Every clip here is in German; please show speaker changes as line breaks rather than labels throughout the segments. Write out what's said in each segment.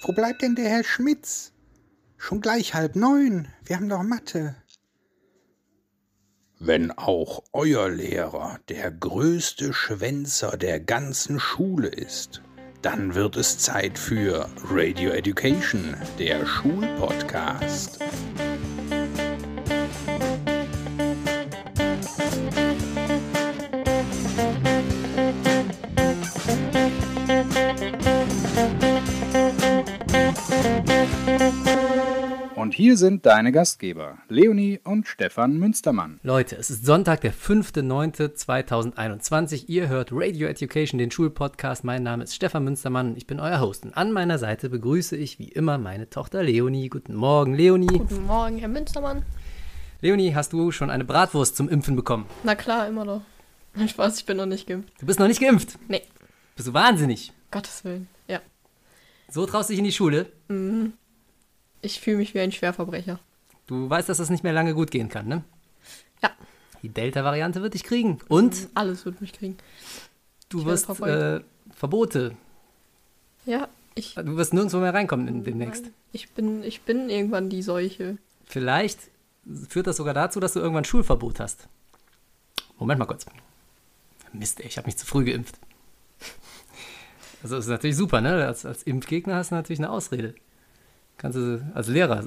Wo bleibt denn der Herr Schmitz? Schon gleich halb neun. Wir haben doch Mathe.
Wenn auch euer Lehrer der größte Schwänzer der ganzen Schule ist, dann wird es Zeit für Radio Education, der Schulpodcast.
Und hier sind deine Gastgeber, Leonie und Stefan Münstermann.
Leute, es ist Sonntag, der 5.9.2021. Ihr hört Radio Education, den Schulpodcast. Mein Name ist Stefan Münstermann und ich bin euer Host. Und an meiner Seite begrüße ich wie immer meine Tochter Leonie. Guten Morgen, Leonie.
Guten Morgen, Herr Münstermann.
Leonie, hast du schon eine Bratwurst zum Impfen bekommen?
Na klar, immer noch. Spaß, ich bin noch nicht geimpft.
Du bist noch nicht geimpft.
Nee,
Bist du wahnsinnig?
Gottes Willen. Ja.
So traust du dich in die Schule?
Ich fühle mich wie ein Schwerverbrecher.
Du weißt, dass das nicht mehr lange gut gehen kann, ne?
Ja,
Die Delta-Variante wird dich kriegen. Und
alles wird mich kriegen.
du
werde
wirst äh,
verfolgt. Verbote.
Verbote.
Ja, ich,
Du wirst nirgendwo mehr reinkommen in, demnächst.
ich, bin, ich bin irgendwann die Seuche.
Vielleicht führt das sogar dazu, dass du irgendwann Schulverbot hast. Moment mal kurz. Mist, ey, ich habe mich zu früh geimpft. Also ist natürlich super, ne? Als, als Impfgegner hast du natürlich eine Ausrede. Kannst du als Lehrer,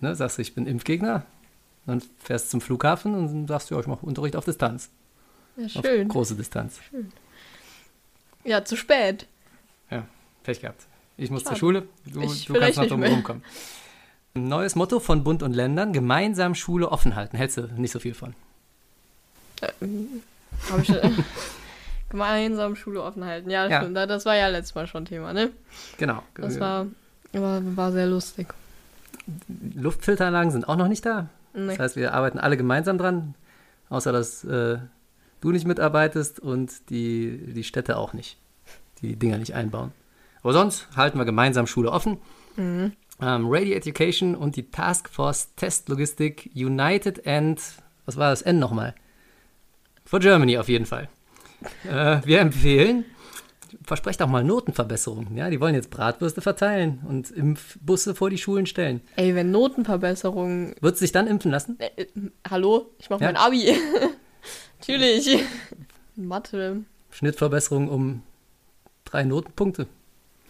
ne, sagst du, ich bin Impfgegner, dann fährst du zum Flughafen und dann sagst du, ja, ich mache Unterricht auf Distanz.
Ja,
Auf
schön.
große Distanz.
Ja, zu spät.
Ja, Pech gehabt. Ich muss
Schade.
zur Schule, du,
Ich
du
vielleicht
kannst noch
nicht
drum
mehr.
rumkommen. Ein neues Motto von Bund und Ländern, gemeinsam Schule offen halten. Hältst du nicht so viel von.
Ähm, Hab ich schon. Gemeinsam Schule offen halten. Ja,
Ja.
stimmt. Da- Das war ja letztes Mal schon Thema, ne?
Genau.
Das war, war, war sehr lustig.
Luftfilteranlagen sind auch noch nicht da.
Nee.
Das heißt, wir arbeiten alle gemeinsam dran, außer dass äh, du nicht mitarbeitest und die, die Städte auch nicht, die Dinger nicht einbauen. Aber sonst halten wir gemeinsam Schule offen. Ähm, Radio Education und die Taskforce Testlogistik United and, was war das N nochmal? For Germany auf jeden Fall. Äh, wir empfehlen, versprecht auch mal Notenverbesserungen. Ja, die wollen jetzt Bratwürste verteilen und Impfbusse vor die Schulen stellen.
Ey, wenn Notenverbesserungen.
Wird sich dann impfen lassen?
Äh, äh, hallo, ich mach
Ja.
mein Abi. Natürlich. Mathe.
Schnittverbesserung um drei Notenpunkte.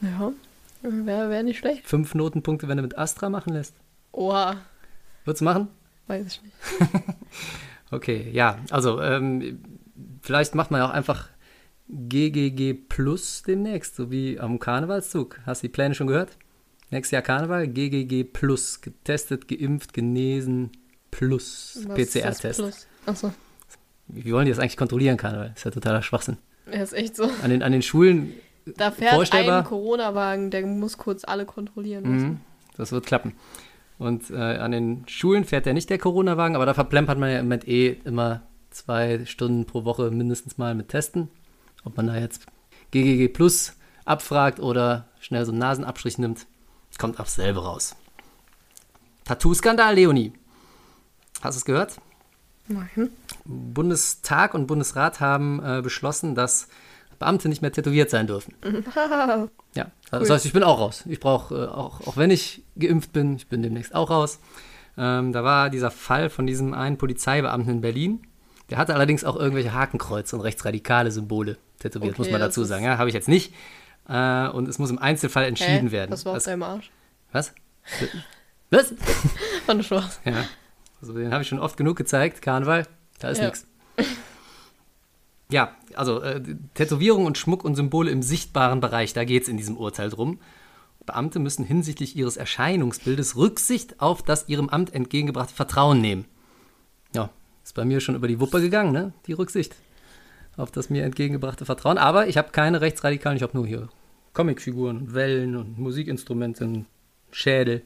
Ja, wäre wär nicht schlecht.
Fünf Notenpunkte, wenn du mit Astra machen lässt.
Oha,
Würdest du machen?
weiß ich nicht.
Okay, ja. Also, ähm, vielleicht macht man ja auch einfach GGG Plus demnächst, so wie am Karnevalszug. Hast du die Pläne schon gehört? Nächstes Jahr Karneval, GGG Plus. Getestet, geimpft, genesen, plus
Was ist das
PCR-Test.
Plus? Achso,
Wie wollen die das eigentlich kontrollieren, Karneval? Ist ja totaler Schwachsinn.
er ist echt so.
An den, an den Schulen
Da fährt
Vorstellbar.
ein Corona-Wagen, der muss kurz alle kontrollieren.
Mhm. Das wird klappen. Und äh, an den Schulen fährt ja nicht der Corona-Wagen, aber da verplempert man ja im Moment eh immer zwei Stunden pro Woche mindestens mal mit Testen. Ob man da jetzt GGG Plus abfragt oder schnell so einen Nasenabstrich nimmt, kommt auch selber raus. Tattoo-Skandal, Leonie. Hast du es gehört?
Nein.
Bundestag und Bundesrat haben äh, beschlossen, dass Beamte nicht mehr tätowiert sein dürfen. Ja, das heißt, ich bin auch raus. Ich brauche, äh, auch, auch wenn ich geimpft bin, ich bin demnächst auch raus. Ähm, da war dieser Fall von diesem einen Polizeibeamten in Berlin. Der hatte allerdings auch irgendwelche Hakenkreuze und rechtsradikale Symbole tätowiert,
Okay,
muss man
das
dazu
ist-
sagen. Ja, Habe ich jetzt nicht. Äh, und es muss im Einzelfall entschieden
Hä?
werden. Also
Das war auf
was?
deinem Arsch.
Was? was?
War nur Spaß.
Ja. Also den habe ich schon oft genug gezeigt, Karneval, da ist
Ja.
nichts. Ja, also äh, Tätowierung und Schmuck und Symbole im sichtbaren Bereich, da geht es in diesem Urteil drum. Beamte müssen hinsichtlich ihres Erscheinungsbildes Rücksicht auf das ihrem Amt entgegengebrachte Vertrauen nehmen. Ja, ist bei mir schon über die Wupper gegangen, ne? Die Rücksicht auf das mir entgegengebrachte Vertrauen. Aber ich habe keine rechtsradikalen, ich habe nur hier Comicfiguren und Wellen und Musikinstrumente und Schädel.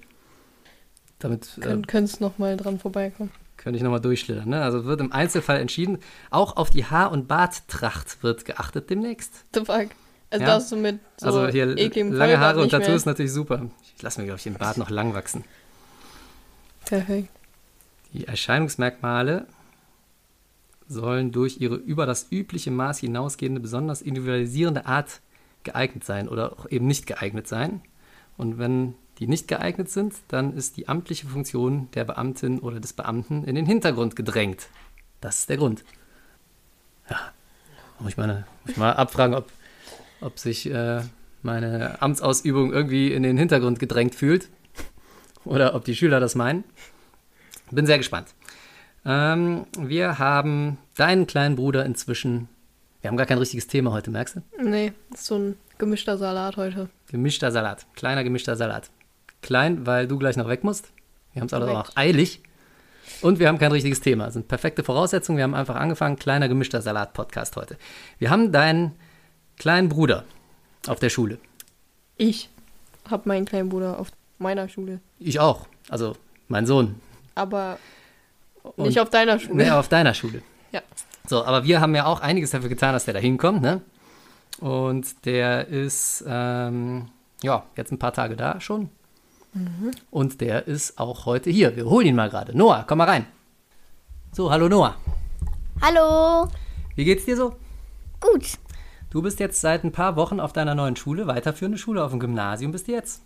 Damit äh,
Kön könntest nochmal dran vorbeikommen.
könnte ich nochmal durchschlittern. Ne? Also wird im Einzelfall entschieden. Auch auf die Haar- und Barttracht wird geachtet demnächst.
The fuck. Also
Ja.
darfst du mit so
also hier
ekligem
lange
Vollbart
Haare und
nicht
Tattoos ist
Mehr.
natürlich super. Ich lasse mir, glaube ich, den Bart noch lang wachsen.
Perfekt.
Die Erscheinungsmerkmale sollen durch ihre über das übliche Maß hinausgehende, besonders individualisierende Art geeignet sein oder auch eben nicht geeignet sein. Und wenn die nicht geeignet sind, dann ist die amtliche Funktion der Beamtin oder des Beamten in den Hintergrund gedrängt. Das ist der Grund. Ja, muss ich, meine, muss ich mal abfragen, ob, ob sich äh, meine Amtsausübung irgendwie in den Hintergrund gedrängt fühlt oder ob die Schüler das meinen. Bin sehr gespannt. Ähm, wir haben deinen kleinen Bruder inzwischen. Wir haben gar kein richtiges Thema heute, merkst du?
Nee, ist so ein gemischter Salat heute.
Gemischter Salat. Kleiner gemischter Salat. Klein, weil du gleich noch weg musst. Wir haben es alle
Korrekt.
noch eilig. Und wir haben kein richtiges Thema. Das sind perfekte Voraussetzungen. Wir haben einfach angefangen. Kleiner gemischter Salat-Podcast heute. Wir haben deinen kleinen Bruder auf der Schule.
Ich hab meinen kleinen Bruder auf meiner Schule.
Ich auch. Also mein Sohn.
Aber
Und-
nicht auf deiner Schule.
Nee, auf deiner Schule.
Ja.
So, aber wir haben ja auch einiges dafür getan, dass der da hinkommt, ne? Und der ist, ähm, ja, jetzt ein paar Tage da schon. Und der ist auch heute hier. Wir holen ihn mal gerade. Noah, komm mal rein. So, hallo Noah.
Hallo.
Wie geht's dir so?
Gut.
Du bist jetzt seit ein paar Wochen auf deiner neuen Schule, weiterführende Schule, auf dem Gymnasium bist du jetzt.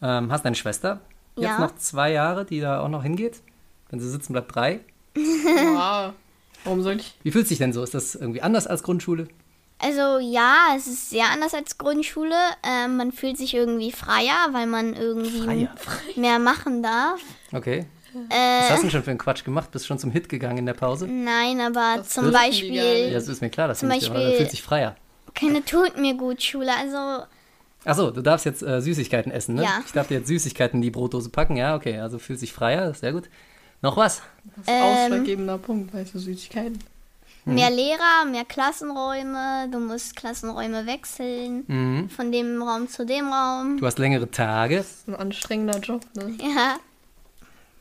Ähm, hast deine Schwester jetzt
Ja.
noch zwei Jahre, die da auch noch hingeht. Wenn sie sitzen, bleibt drei.
Wow. Warum soll ich?
Wie fühlt sich denn so? Ist das irgendwie anders als Grundschule?
Also ja, es ist sehr anders als Grundschule. Ähm, man fühlt sich irgendwie freier, weil man irgendwie
Freier.
mehr machen darf.
Okay. Was
Äh,
hast du denn schon für einen Quatsch gemacht? Bist schon zum Hit gegangen in der Pause?
nein, aber
Das
zum
dürfen die gar
Beispiel
Ja, das ist mir klar, dass du
Äh, Zum
nicht, aber
Beispiel-
fühlt sich freier.
keine tut mir gut Schule. Also
Achso, du darfst jetzt äh, Süßigkeiten essen, ne?
Ja.
Ich darf dir jetzt Süßigkeiten in die Brotdose packen, ja, okay, also fühlt sich freier, sehr gut. Noch was?
Das ist ein ausschlaggebender Punkt, weißt du, Süßigkeiten.
Hm.
mehr Lehrer, mehr Klassenräume. Du musst Klassenräume wechseln
Mhm.
von dem Raum zu dem Raum.
Du hast längere Tage.
Das ist ein anstrengender Job, ne?
Ja.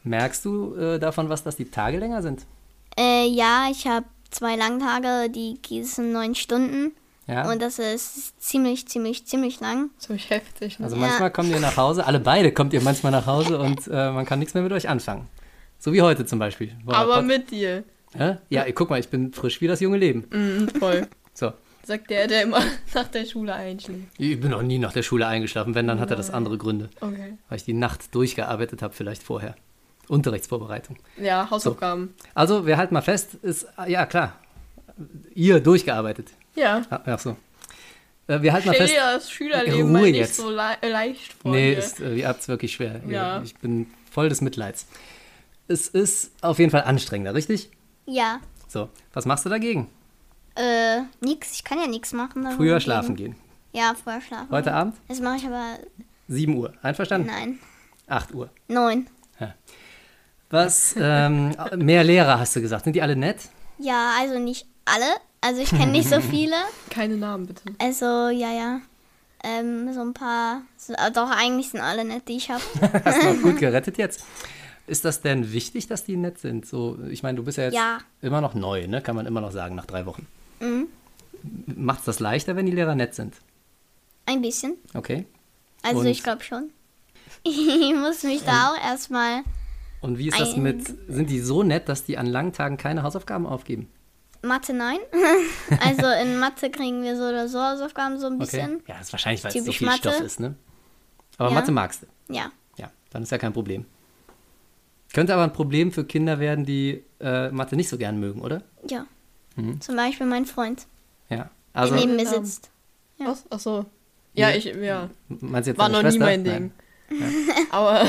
Merkst du äh, davon was, dass die Tage länger sind?
Äh, ja, ich habe zwei Langtage, die gießen neun Stunden.
Ja.
Und das ist ziemlich, ziemlich, ziemlich lang.
Ziemlich heftig, ne?
also
Ja.
manchmal kommt ihr nach Hause, alle beide kommt ihr manchmal nach Hause und äh, man kann nichts mehr mit euch anfangen. So wie heute zum Beispiel. Wo wir
Aber
Pod-
mit dir.
Hä? Ja, guck mal, ich bin frisch wie das junge Leben.
Mhm, voll.
So.
Sagt der, der immer nach der Schule einschläft.
Ich bin noch nie nach der Schule eingeschlafen, wenn, dann hat er das andere Gründe.
Okay.
Weil ich die Nacht durchgearbeitet habe, vielleicht vorher. Unterrichtsvorbereitung.
Ja, Hausaufgaben.
Also, wir halten mal fest, ist, ja klar, ihr durchgearbeitet.
Ja.
Ah, Ach so. Äh, Wir halten mal
Stell
fest,
dir das Schülerleben
Ruhe
mal nicht
jetzt.
so le leicht vor.
nee,
dir.
ist, äh, ihr habt's wirklich schwer. Ihr-
Ja.
Ich bin voll des Mitleids. Es ist auf jeden Fall anstrengender, richtig?
Ja.
So, was machst du dagegen?
Äh, nix. Ich kann ja nichts machen. darüber
Früher
reden.
schlafen gehen.
Ja, früher schlafen.
Heute Abend
Das mache ich aber.
7 Uhr. Einverstanden?
Nein.
8 Uhr.
Neun.
Was, ähm, mehr Lehrer hast du gesagt. Sind die alle nett?
Ja, also nicht alle. Also ich kenne nicht so viele.
Keine Namen, bitte.
Also, ja, ja. Ähm, so ein paar. So, äh, doch, eigentlich sind alle nett, die ich habe.
Hast du gut gerettet jetzt. Ist das denn wichtig, dass die nett sind? So, ich meine, du bist ja jetzt
Ja.
immer noch neu, ne? Kann man immer noch sagen, nach drei Wochen. Mhm. Macht es das leichter, wenn die Lehrer nett sind?
Ein bisschen.
Okay.
Also
Und?
ich glaube schon. Ich muss mich da auch erstmal.
Und wie ist das
Ein-
mit, sind die so nett, dass die an langen Tagen keine Hausaufgaben aufgeben?
Mathe nein. also in Mathe kriegen wir so oder so Hausaufgaben so ein bisschen.
Ja, das ist wahrscheinlich, weil es so
Typisch
viel
Mathe.
Stoff ist, ne? Aber
Ja.
Mathe magst du.
Ja.
Ja, dann ist ja kein Problem. Könnte aber ein Problem für Kinder werden, die äh, Mathe nicht so gern mögen, oder?
Ja. Zum Beispiel mein Freund,
Ja.
der
Mhm. Also,
neben mir
Ähm,
sitzt.
Ja. Was? Ach so. Ja, ich, ja.
meinst du jetzt
War
deine
noch nie
Schwester?
mein
Nein.
Ding. Aber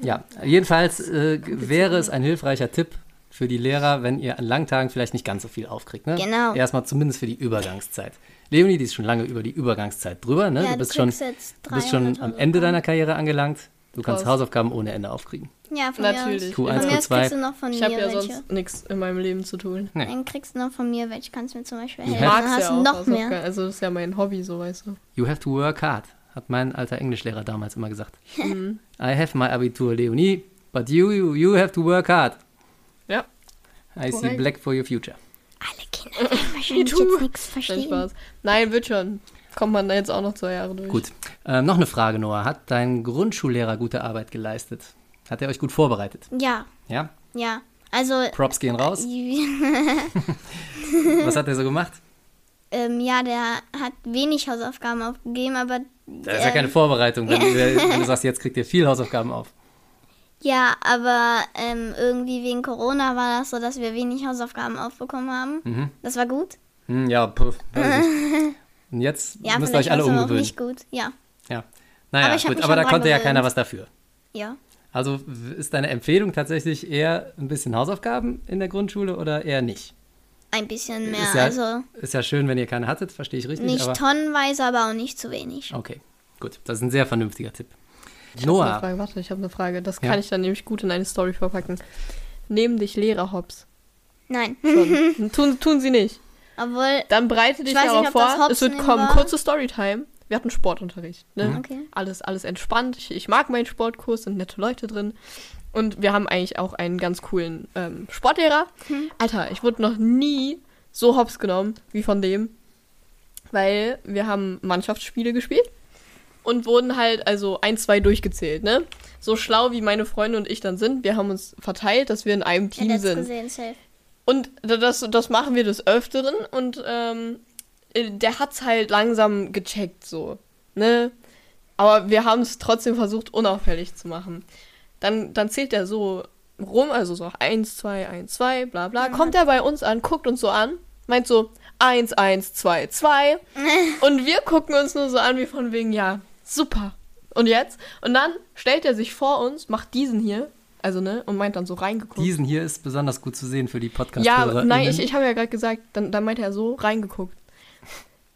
Ja, jedenfalls äh, wäre es ein hilfreicher Tipp für die Lehrer, wenn ihr an Langtagen vielleicht nicht ganz so viel aufkriegt. Ne?
Genau.
Erstmal zumindest für die Übergangszeit. Leonie, die ist schon lange über die Übergangszeit drüber. Ne?
Ja,
du
du
bist schon,
kriegst jetzt
du bist schon
300
am Ende deiner Karriere angelangt. Du kannst
Krass.
Hausaufgaben ohne Ende aufkriegen.
Ja, von
Natürlich.
mir aus.
Q1,
Von mir aus
Q2.
kriegst du noch von
ich
mir
habe ja
welche.
sonst nichts in meinem Leben zu tun.
Nee.
Dann kriegst du noch von mir welche. Kannst mir zum Beispiel helfen.
Ja,
Mag's
Dann hast
ja
du
auch.
noch
Hausaufgaben.
mehr.
Also das ist ja mein Hobby, so weißt du.
You have to work hard, hat mein alter Englischlehrer damals immer gesagt.
Mhm.
I have my Abitur, Leonie, but you, you, you have to work hard.
Ja,
I see
Korrekt.
black for your future.
Alle Kinder werden wahrscheinlich
too.
jetzt nichts
kein
verstehen.
Spaß. Nein, wird schon. Kommt man da jetzt auch noch zwei Jahre durch.
Gut. Ähm, noch eine Frage, Noah. Hat dein Grundschullehrer gute Arbeit geleistet? Hat er euch gut vorbereitet?
Ja,
Ja?
ja. Also,
Props gehen raus.
die-
Was hat er so gemacht?
ähm, ja, der hat wenig Hausaufgaben aufgegeben, aber
Da ist ja keine Vorbereitung, wenn, du- wenn du sagst, jetzt kriegt ihr viel Hausaufgaben auf.
ja, aber ähm, irgendwie wegen Corona war das so, dass wir wenig Hausaufgaben aufbekommen haben.
Mhm.
Das war gut.
Hm, ja, puff, weiß ich nicht. Und jetzt
Ja,
müsst ihr
vielleicht
euch alle
war's aber
umgewöhnen.
Auch nicht gut. Ja,
Ja. Naja,
Aber ich hab
gut,
mich
aber
schon
da
dran
konnte ja
gewöhnt.
keiner was dafür.
ja.
Also w- ist deine Empfehlung tatsächlich eher ein bisschen Hausaufgaben in der Grundschule oder eher nicht?
Ein bisschen mehr.
ist, ja,
also
ist ja schön, wenn ihr keine hattet, verstehe ich richtig.
nicht
aber
tonnenweise, aber auch nicht zu wenig.
okay, gut, das ist ein sehr vernünftiger Tipp.
Ich hab eine
Noah,
Frage, warte, ich habe eine Frage. Das
Ja.
kann ich dann nämlich gut in eine Story verpacken. Nehmen dich Lehrer Hops.
Nein.
Schon. tun, tun sie nicht.
Obwohl,
Dann bereite dich
Ich weiß
darauf
nicht, ob das
vor.
Hops
Es wird
nehmen
kommen.
war. Mhm.
Kurze Storytime. Wir hatten Sportunterricht. Ne?
Okay.
Alles, alles entspannt. Ich, ich mag meinen Sportkurs, sind nette Leute drin. Und wir haben eigentlich auch einen ganz coolen ähm, Sportlehrer.
Hm.
Alter, ich wurde noch nie so hops genommen wie von dem. Weil wir haben Mannschaftsspiele gespielt und wurden halt also ein, zwei durchgezählt, ne? So schlau wie meine Freunde und ich dann sind, wir haben uns verteilt, dass wir in einem
er
Team
hat
sind.
gesehen, safe.
Und da- das, das machen wir des Öfteren und ähm, äh, der hat's halt langsam gecheckt, so. Ne? Aber wir haben es trotzdem versucht, unauffällig zu machen. Dann, dann zählt er so rum, also so 1, 2, 1, 2, bla bla. Kommt er bei uns an, guckt uns so an, meint so 1, 1, 2, 2. und wir gucken uns nur so an, wie von wegen, ja, super. Und jetzt? Und dann stellt er sich vor uns, macht diesen hier, also ne, und meint dann so reingeguckt.
diesen hier ist besonders gut zu sehen für die podcast
Ja, nein, ich, ich habe ja gerade gesagt, dann, dann meinte er so reingeguckt.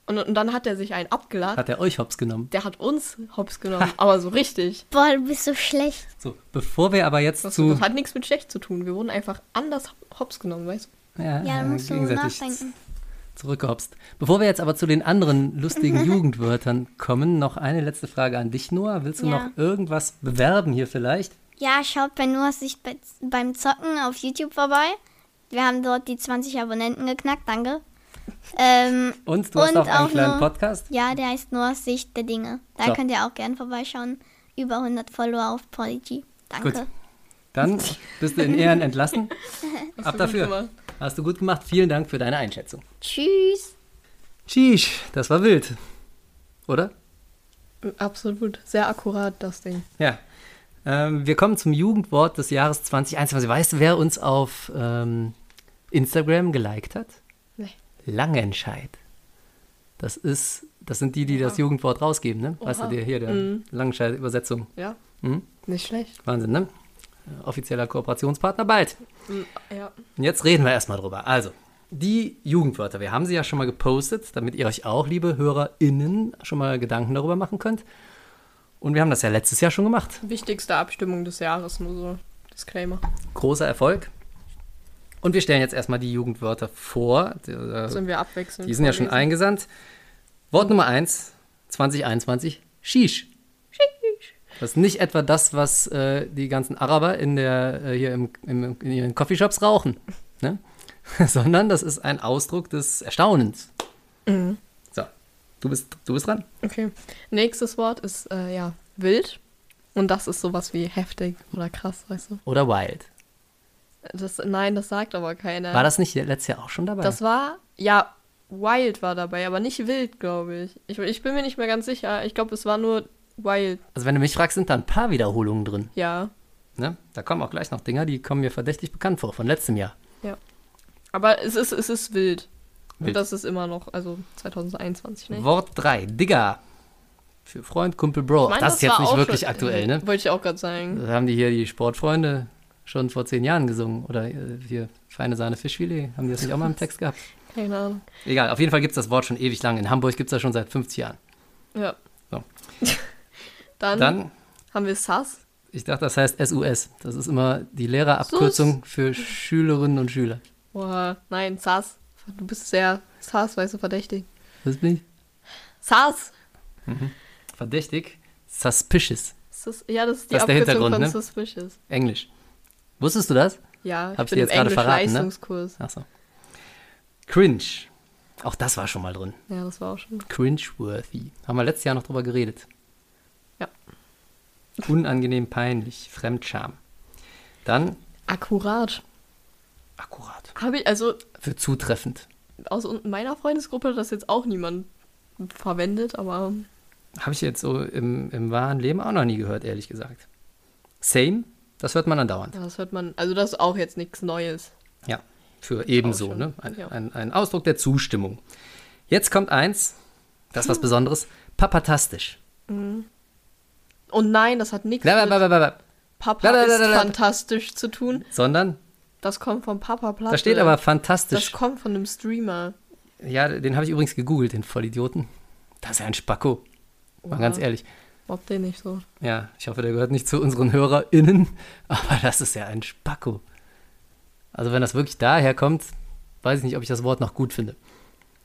Und, und dann hat er sich einen abgeladen.
Hat er euch hops genommen?
Der hat uns hops genommen, aber so richtig.
Boah, du bist so schlecht.
So, bevor wir aber jetzt
Das,
zu.
das hat nichts mit schlecht zu tun. Wir wurden einfach anders hops genommen, weißt du?
ja,
Ja, da musst du
gegenseitig
nachdenken.
zurückgehopst. Bevor wir jetzt aber zu den anderen lustigen Jugendwörtern kommen, noch eine letzte Frage an dich, Noah. Willst du
Ja.
noch irgendwas bewerben hier vielleicht?
Ja, schaut bei Noahs Sicht bei, beim Zocken auf YouTube vorbei. Wir haben dort die 20 Abonnenten geknackt, danke. Ähm,
Und du hast auch einen kleinen
nur-
Podcast?
Ja, der heißt Noahs Sicht der Dinge. Da
So.
könnt ihr auch gerne vorbeischauen. Über 100 Follower auf Prodigy. Danke.
Gut. Dann bist du in Ehren entlassen. Ab dafür.
gemacht.
Hast du gut gemacht. Vielen Dank für deine Einschätzung.
Tschüss.
Tschüss, das war wild. Oder?
Absolut. Sehr akkurat, das Ding.
Ja. Ähm, wir kommen zum Jugendwort des Jahres 2021. Weißt du, wer uns auf ähm, Instagram geliked hat?
Nee.
Langenscheid. Das ist, das sind die, die das Jugendwort rausgeben, ne? Weißt du,
Oha.
der hier, der Langenscheid-Übersetzung.
Ja.
Mhm.
Nicht schlecht.
Wahnsinn, ne? Offizieller Kooperationspartner bald.
Ja.
Und jetzt reden wir erstmal drüber. Also, die Jugendwörter, wir haben sie ja schon mal gepostet, damit ihr euch auch, liebe HörerInnen, schon mal Gedanken darüber machen könnt. Und wir haben das ja letztes Jahr schon gemacht.
Wichtigste Abstimmung des Jahres, nur so. Disclaimer.
Großer Erfolg. Und wir stellen jetzt erstmal die Jugendwörter vor. Die, äh,
Sollen wir abwechseln?
die sind ja schon eingesandt. Wort Nummer 1, 2021, Shish. Das ist nicht etwa das, was äh, die ganzen Araber in der, äh, hier im, im, in ihren Coffeeshops rauchen, ne? sondern das ist ein Ausdruck des Erstaunens.
Mhm.
So, du bist, du bist dran.
Okay. Nächstes Wort ist, äh, ja, wild. Und das ist sowas wie heftig oder krass, weißt du?
Oder Wild.
Das, nein, das sagt aber keiner.
War das nicht letztes Jahr auch schon dabei?
Das war, ja, Wild war dabei, aber nicht wild, glaube ich. ich. Ich bin mir nicht mehr ganz sicher. Ich glaube, es war nur Wild,
also wenn du mich fragst, sind da ein paar Wiederholungen drin.
ja.
Ne? Da kommen auch gleich noch Dinger, die kommen mir verdächtig bekannt vor, von letztem Jahr.
Aber es ist, es ist wild.
Wild.
Und das ist immer noch, also 2021, ne?
Wort 3, Digger. Für Freund, Kumpel, Bro.
Ich mein,
das ist jetzt
war
nicht
auch
wirklich
schon-
aktuell, ne?
Wollte ich auch gerade sagen.
Das haben die hier, die Sportfreunde, schon vor zehn Jahren gesungen. Oder äh, hier, feine Sahne, Fischfilet. Haben die das nicht auch mal im Text gehabt?
Keine Ahnung.
Egal, auf jeden Fall gibt es das Wort schon ewig lang. In Hamburg gibt es das schon seit 50 Jahren.
Ja.
So.
Dann,
Dann,
haben wir Sass.
ich dachte, das heißt SUS. Das ist immer die Lehrerabkürzung für Schülerinnen und Schüler.
Boah, nein, Sass. Du bist sehr Sass, weißt du, verdächtig.
Was bin ich?
Sass!
Verdächtig. Suspicious.
Ist das- Ja, das ist die
Das ist der
Abkürzung
Hintergrund,
von
ne?
Suspicious.
Englisch. Wusstest du das?
Ja, ich
Hab ich
bin
dir
im
jetzt gerade verraten, ne?
Englisch-Leistungskurs.
Achso. Cringe. Auch das war schon mal drin.
Ja, das war auch schon.
Cringe-worthy. Haben wir letztes Jahr noch drüber geredet.
Ja.
Unangenehm peinlich. Fremdscham. Dann
Akkurat.
akkurat.
Habe ich, also
Für zutreffend.
aus un- meiner Freundesgruppe hat das jetzt auch niemand verwendet, aber
Habe ich jetzt so im, im wahren Leben auch noch nie gehört, ehrlich gesagt. Same, das hört man andauernd.
das hört man, also das ist auch jetzt nichts Neues.
Ja, für ebenso,
schon.
ne? Ein,
Ja.
ein, ein Ausdruck der Zustimmung. Jetzt kommt eins, das
Ah.
ist was Besonderes, papatastisch.
Und nein, das hat nichts
Na, na, na,
mit
na, na, na.
Papa
na, na,
ist
na, na.
fantastisch zu tun.
Sondern,
Das kommt von Papa Platte.
da steht aber
Das
fantastisch.
kommt von einem Streamer.
Ja, den habe ich übrigens gegoogelt, den Vollidioten. Das ist ja ein Spacko. Mal ganz ehrlich.
Ob den nicht so.
Ja, ich hoffe, der gehört nicht zu unseren HörerInnen, aber das ist ja ein Spacko. Also, wenn das wirklich daher kommt, weiß ich nicht, ob ich das Wort noch gut finde.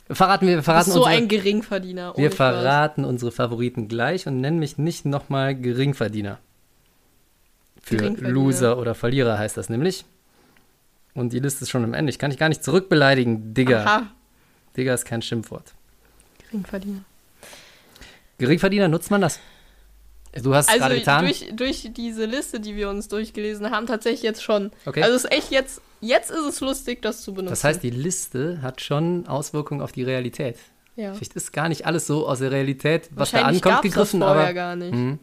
Verraten wir, wir
Das
verraten
ist so
unsere,
ein Geringverdiener. oh ohne
wir
Spaß.
verraten unsere Favoriten gleich und nennen mich nicht nochmal Geringverdiener. Für
Geringverdiener.
Loser oder Verlierer heißt das nämlich. Und die Liste ist schon am Ende. Ich kann dich gar nicht zurückbeleidigen, Digga.
Aha,
Digga ist kein Schimpfwort.
Geringverdiener.
Geringverdiener, nutzt man das? Du hast es
Also
gerade getan.
durch, durch diese Liste, die wir uns durchgelesen haben, tatsächlich jetzt schon.
Okay.
Also es ist echt jetzt, jetzt ist es lustig, das zu benutzen.
Das heißt, die Liste hat schon Auswirkungen auf die Realität.
ja.
Vielleicht ist gar nicht alles so aus der Realität, was da
Wahrscheinlich
ankommt,
gab's
gegriffen,
das vorher
aber.
gar nicht.
Mhm.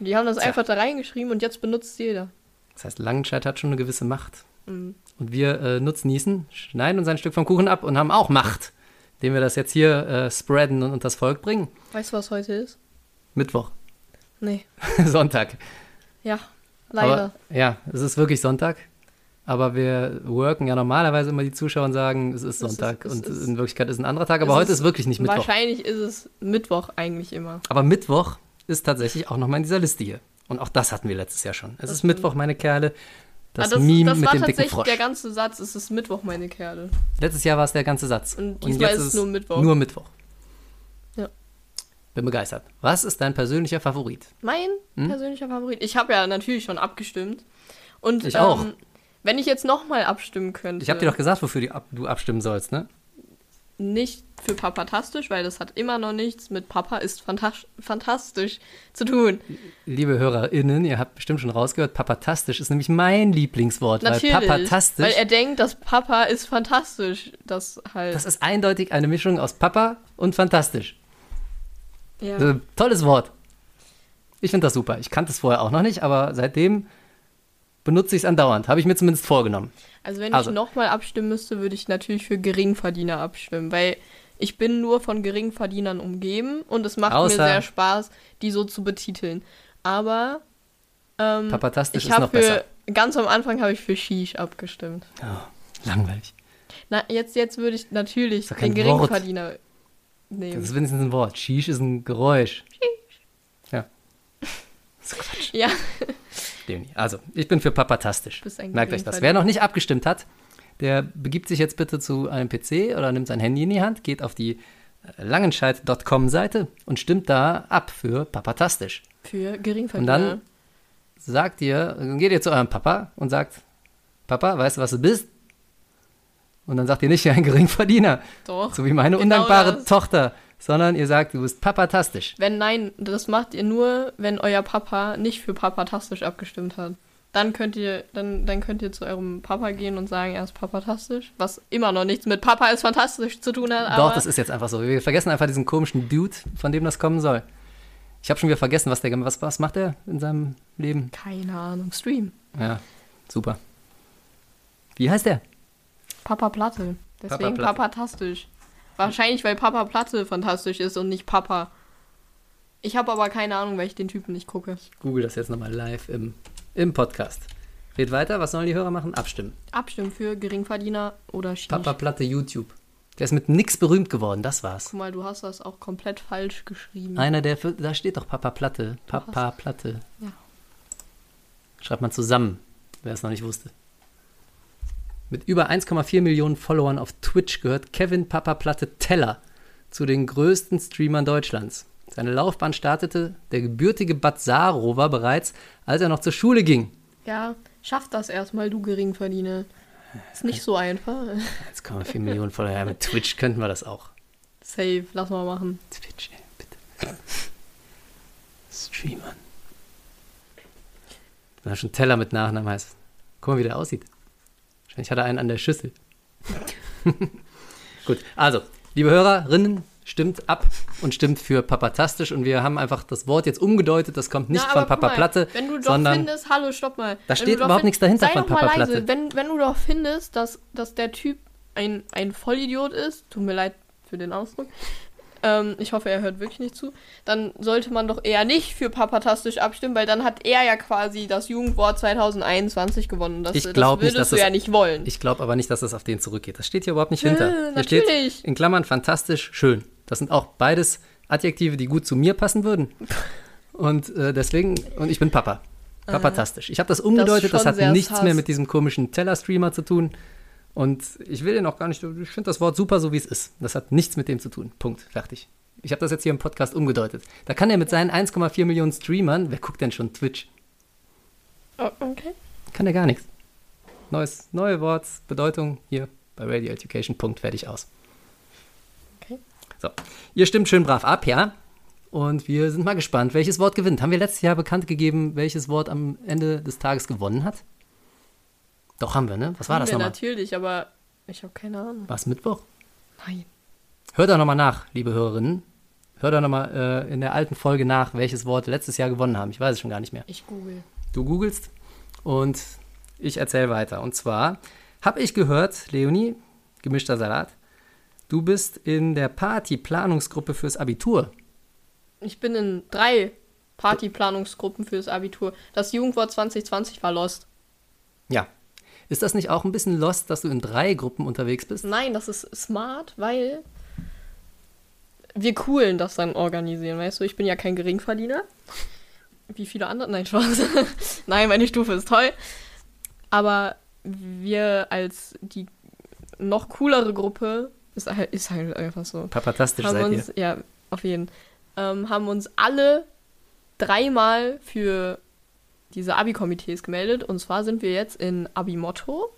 Die haben das einfach da reingeschrieben und jetzt benutzt jeder.
Das heißt, Langenscheid hat schon eine gewisse Macht.
Mhm.
Und wir äh, nutzen Niesen, schneiden uns ein Stück vom Kuchen ab und haben auch Macht, indem wir das jetzt hier äh, spreaden und unters Volk bringen.
Weißt du, was heute ist?
Mittwoch,
Nee.
Sonntag.
Ja, leider.
Aber, ja, es ist wirklich Sonntag. Aber wir worken ja normalerweise immer die Zuschauer und sagen, es ist
Es ist-
Sonntag.
es
und
ist-
in Wirklichkeit ist ein anderer Tag. Aber
es
heute
ist
ist wirklich nicht Mittwoch.
Wahrscheinlich ist es Mittwoch eigentlich immer.
Aber Mittwoch ist tatsächlich auch nochmal in dieser Liste hier. Und auch das hatten wir letztes Jahr schon. Es ist Mittwoch, meine Kerle. Das,
Ah,
Meme
das
mit
war
dem dicken
tatsächlich
Frosch.
der ganze Satz. Es ist Mittwoch, meine Kerle.
Letztes Jahr war es der ganze Satz.
Und diesmal ist es nur Mittwoch.
Nur Mittwoch.
Ja.
Bin begeistert. Was ist dein persönlicher Favorit?
Mein
Hm?
persönlicher Favorit. Ich habe ja natürlich schon abgestimmt. Und ähm,
Ich auch.
wenn ich jetzt nochmal abstimmen könnte.
Ich habe dir doch gesagt, wofür die ab du abstimmen sollst, ne?
nicht für papatastisch, weil das hat immer noch nichts mit Papa ist fantas fantastisch zu tun.
Liebe HörerInnen, ihr habt bestimmt schon rausgehört, papatastisch ist nämlich mein Lieblingswort.
Natürlich.
Weil papatastisch,
Weil er denkt, dass Papa ist fantastisch. Das halt.
das ist eindeutig eine Mischung aus Papa und fantastisch.
ja.
Äh, Tolles Wort. Ich finde das super. Ich kannte es vorher auch noch nicht, aber seitdem benutze ich es andauernd. Habe ich mir zumindest vorgenommen.
Also wenn
Also.
ich nochmal abstimmen müsste, würde ich natürlich für Geringverdiener abstimmen, weil ich bin nur von Geringverdienern umgeben und es macht
Außer-
mir sehr Spaß, die so zu betiteln. Aber ähm,
Papatastisch
ich
ist noch
habe
besser.
für ganz am Anfang habe ich für Shish abgestimmt.
Langweilig.
Na, jetzt, jetzt würde ich natürlich
doch
den
kein Wort.
Geringverdiener
Das
nehmen.
ist wenigstens ein Wort. Shish ist ein Geräusch. Ja.
Ja,
Leonie. Also, ich bin für papatastisch.
Bist ein
Merkt euch das.
Geringverdiener.
Wer noch nicht abgestimmt hat, der begibt sich jetzt bitte zu einem PC oder nimmt sein Handy in die Hand, geht auf die äh, langenscheid.com-Seite und stimmt da ab für papatastisch.
für
Und
Geringverdiener.
dann sagt ihr, dann geht ihr zu eurem Papa und sagt, Papa, weißt du, was du bist? Und dann sagt ihr nicht, ja, ein Geringverdiener,
Doch.
so wie meine
genau
undankbare
das.
Tochter, sondern ihr sagt, du bist papatastisch.
Wenn nein, das macht ihr nur, wenn euer Papa nicht für papatastisch abgestimmt hat. Dann könnt ihr, dann, dann könnt ihr zu eurem Papa gehen und sagen, er ist papatastisch, was immer noch nichts mit Papa ist fantastisch zu tun hat, aber
Doch, das ist jetzt einfach so. Wir vergessen einfach diesen komischen Dude, von dem das kommen soll. Ich habe schon wieder vergessen, was der, gem- was, was macht er in seinem Leben?
keine Ahnung, Stream.
Ja, super. Wie heißt der?
Papa Platte. Deswegen
Papa Platte.
papatastisch. Wahrscheinlich, weil Papa Platte fantastisch ist und nicht Papa. Ich habe aber keine Ahnung, weil ich den Typen nicht gucke.
Google das jetzt nochmal live im, im Podcast. Red weiter, was sollen die Hörer machen? Abstimmen.
Abstimmen für Geringverdiener oder Schief.
Papa Platte YouTube. Der ist mit nix berühmt geworden, das war's.
Guck mal, du hast das auch komplett falsch geschrieben.
Einer der, für- da steht doch Papa Platte. Papa Platte.
Ja.
Schreibt man zusammen, wer es noch nicht wusste. Mit über 1,4 Millionen Followern auf Twitch gehört Kevin Papa Platte Teller zu den größten Streamern Deutschlands. Seine Laufbahn startete der gebürtige Batsarover bereits, als er noch zur Schule ging.
Ja, schaff das erstmal, du Geringverdiener. Ist nicht so einfach.
1,4 Millionen Follower. Ja, mit Twitch könnten wir das auch.
Safe, lass mal machen.
Twitch, ey, bitte. Streamern. Wenn er schon Teller mit Nachnamen heißt. Guck mal, wie der aussieht. Wahrscheinlich hat er einen an der Schüssel. Gut, also, liebe Hörerinnen, stimmt ab und stimmt für Papatastisch. Und wir haben einfach das Wort jetzt umgedeutet. Das kommt nicht
Na,
von
aber guck
Papa
mal,
Platte,
Wenn du doch
sondern
findest, hallo, stopp mal. Wenn
steht
du doch
überhaupt
find-
nichts dahinter
sei
von
doch mal
Papa
leise.
Platte.
Wenn, wenn du doch findest, dass, dass der Typ ein, ein Vollidiot ist, tut mir leid für den Ausdruck, ähm, ich hoffe, er hört wirklich nicht zu, dann sollte man doch eher nicht für Papatastisch abstimmen, weil dann hat er ja quasi das Jugendwort 2021 gewonnen. Das,
Ich glaub
das
nicht,
würdest
dass
du
es-
ja nicht wollen.
ich glaube aber nicht, dass das auf den zurückgeht. Das steht hier überhaupt nicht
Nö,
hinter. Hier steht
natürlich.
in Klammern fantastisch, schön. Das sind auch beides Adjektive, die gut zu mir passen würden. Und äh, deswegen, und ich bin Papa. Papatastisch. Ich habe das umgedeutet, das,
Äh, schon sehr
hat nichts
sass.
mehr mit diesem komischen Teller-Streamer zu tun. Und ich will den auch gar nicht, ich finde das Wort super, so wie es ist. Das hat nichts mit dem zu tun. Punkt. Fertig. Ich habe das jetzt hier im Podcast umgedeutet. Da kann er mit seinen 1,4 Millionen Streamern, wer guckt denn schon Twitch?
Oh, okay.
Kann der gar nichts. Neues, neue Worts, Bedeutung hier bei Radio Education. Punkt, fertig aus.
Okay.
So, ihr stimmt schön brav ab, ja. Und wir sind mal gespannt, welches Wort gewinnt. Haben wir letztes Jahr bekannt gegeben, welches Wort am Ende des Tages gewonnen hat? Doch, haben wir, ne? Was war das
Ja,
nochmal?
natürlich, aber ich habe keine Ahnung.
War es Mittwoch?
Nein.
Hört da nochmal nach, liebe Hörerinnen. Hört da nochmal äh, in der alten Folge nach, welches Wort letztes Jahr gewonnen haben. Ich weiß es schon gar nicht mehr.
Ich google.
Du googelst und ich erzähle weiter. Und zwar habe ich gehört, Leonie, gemischter Salat, du bist in der Party-Planungsgruppe fürs Abitur.
Ich bin in drei Partyplanungsgruppen fürs Abitur. Das Jugendwort 2020 war Lost.
Ja. Ist das nicht auch ein bisschen lost, dass du in drei Gruppen unterwegs bist?
Nein, das ist smart, weil wir coolen das dann organisieren, weißt du? Ich bin ja kein Geringverdiener. Wie viele andere. Nein, Spaß. Nein, meine Stufe ist toll. Aber wir als die noch coolere Gruppe, ist halt, ist halt einfach so.
Papatastisch
haben
seid
uns,
ihr.
ja, auf jeden ähm, haben uns alle dreimal für diese Abi-Komitees gemeldet. Und zwar sind wir jetzt in Abi-Motto,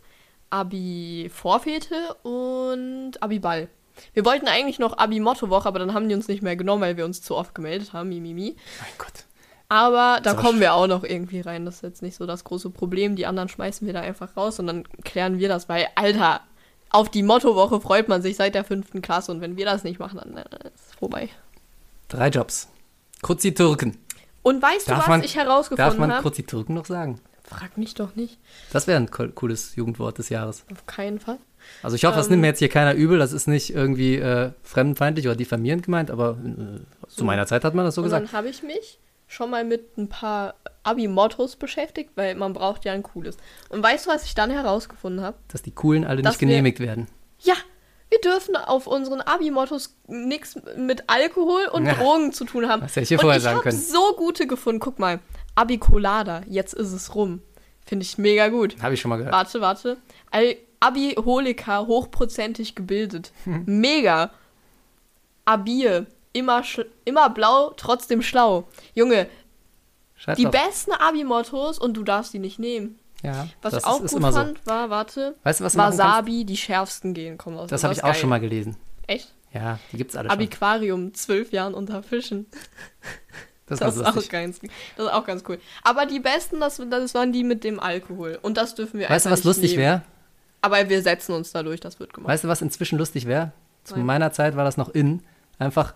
Abi-Vorfete und Abi-Ball. Wir wollten eigentlich noch Abi-Motto-Woche, aber dann haben die uns nicht mehr genommen, weil wir uns zu oft gemeldet haben. Mimimi.
Mein Gott.
Aber da
Sag-
kommen wir auch noch irgendwie rein. Das ist jetzt nicht so das große Problem. Die anderen schmeißen wir da einfach raus und dann klären wir das, weil, Alter, auf die Mottowoche freut man sich seit der fünften Klasse und wenn wir das nicht machen, dann äh, ist es vorbei.
Drei Jobs. Kruzi Türken.
Und weißt
Darf
du, was
man-
ich
Darf
herausgefunden ne?
man
habe?
Kruzi Türken noch sagen?
Frag mich doch nicht.
Das wäre ein co- cooles Jugendwort des Jahres.
Auf keinen Fall.
Also ich hoffe, das
Ähm.
nimmt mir jetzt hier keiner übel. Das ist nicht irgendwie äh, fremdenfeindlich oder diffamierend gemeint, aber äh, zu meiner Zeit hat man das so
und
gesagt.
dann habe ich mich schon mal mit ein paar Abi-Mottos beschäftigt, weil man braucht ja ein cooles. Und weißt du, was ich dann herausgefunden habe?
dass die coolen alle
Dass
nicht
wir-
genehmigt werden.
Ja, wir dürfen auf unseren Abi-Mottos nichts mit Alkohol und
Ja.
Drogen zu tun haben.
Das hätte ich hier
und
vorher
ich
sagen
hab
können.
so gute gefunden. Guck mal, Abi-Colada, jetzt ist es rum. Finde ich mega gut.
Habe ich schon mal gehört.
Warte, warte. Al Abi-Holika, hochprozentig gebildet.
Hm.
Mega. Abir, immer, schl- immer blau, trotzdem schlau. Junge,
Schreib
die
doch.
besten Abi-Mottos und du darfst die nicht nehmen.
Ja,
Was
das
ich auch
ist, ist
gut
immer so.
fand, war, warte,
Weißt du, was du machen
Wasabi, die schärfsten gehen, kommen aus
Das
dem
habe ich auch
Wasser.
schon mal gelesen.
Echt?
Ja, die gibt's alle schon.
Abiquarium, zwölf Jahren unter Fischen.
Das,
Das,
ist
ist
ganz
auch
lustig.
ganz, das ist auch ganz cool. Aber die besten, das, das waren die mit dem Alkohol. Und das dürfen wir
Weißt du, was
einfach nicht
lustig
nehmen.
wäre?
Aber wir setzen uns dadurch, das wird gemacht.
Weißt du, was inzwischen lustig wäre? Zu
Nein.
meiner Zeit war das noch in. Einfach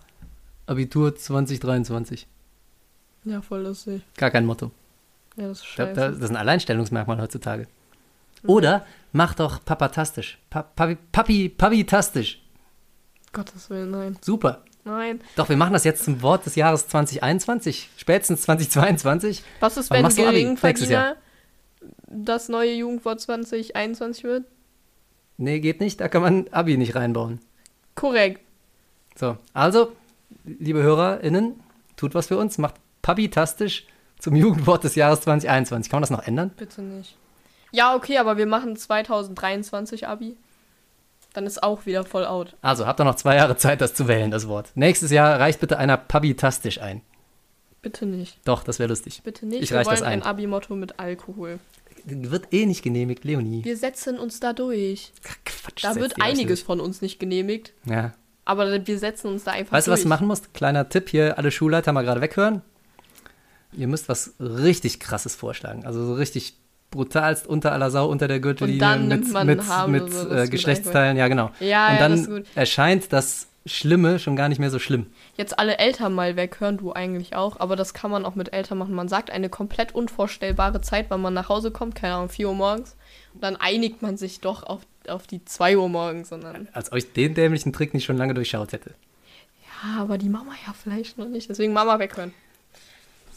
Abitur 2023.
Ja, voll lustig.
Gar kein Motto.
Ja, das ist
Da,
scheiße.
da, das ist ein Alleinstellungsmerkmal heutzutage.
Mhm.
Oder mach doch papatastisch. Pa Papi, Papi, Papitastisch.
Gottes Willen, nein.
Super.
Nein.
Doch, wir machen das jetzt zum Wort des Jahres 2021. Spätestens 2022.
Was ist,
Wann
wenn
machst du Abi? Nächstes
Geringverdiener das neue Jugendwort 2021 wird?
Nee, geht nicht. Da kann man Abi nicht reinbauen.
Korrekt.
So, also, liebe HörerInnen, tut was für uns, macht Papitastisch zum Jugendwort des Jahres 2021. Kann man das noch ändern?
Bitte nicht. Ja, okay, aber wir machen 2023 Abi. Dann ist auch wieder voll out.
Also, habt ihr noch zwei Jahre Zeit, das zu wählen, das Wort. Nächstes Jahr reicht bitte einer Papitastisch ein.
Bitte nicht.
Doch, das wäre lustig.
Bitte nicht.
Ich
wir
reich
wollen
das ein.
ein Abi-Motto mit Alkohol.
Wird eh nicht genehmigt, Leonie.
Wir setzen uns da durch.
Ach, Quatsch.
Da
setzt
wird
ihr euch
einiges von uns nicht genehmigt,
durch. Ja.
aber wir setzen uns da einfach
Weißt du,
durch.
was du machen musst? Kleiner Tipp hier, alle Schulleiter mal gerade weghören. Ihr müsst was richtig krasses vorschlagen. Also so richtig brutalst unter aller Sau, unter der Gürtellinie
Und dann nimmt
mit,
man
mit,
Haare
mit
oder so
äh,
zum
Geschlechtsteilen, ja genau.
Ja,
und
ja,
dann
das ist gut.
erscheint das Schlimme schon gar nicht mehr so schlimm.
Jetzt alle Eltern mal weg, hören du eigentlich auch, aber das kann man auch mit Eltern machen. Man sagt eine komplett unvorstellbare Zeit, wann man nach Hause kommt, keine Ahnung, 4 Uhr morgens. Und dann einigt man sich doch auf, auf die 2 Uhr morgens, sondern.
Als euch den dämlichen Trick nicht schon lange durchschaut hätte.
Ja, aber die Mama ja vielleicht noch nicht, deswegen Mama weghören.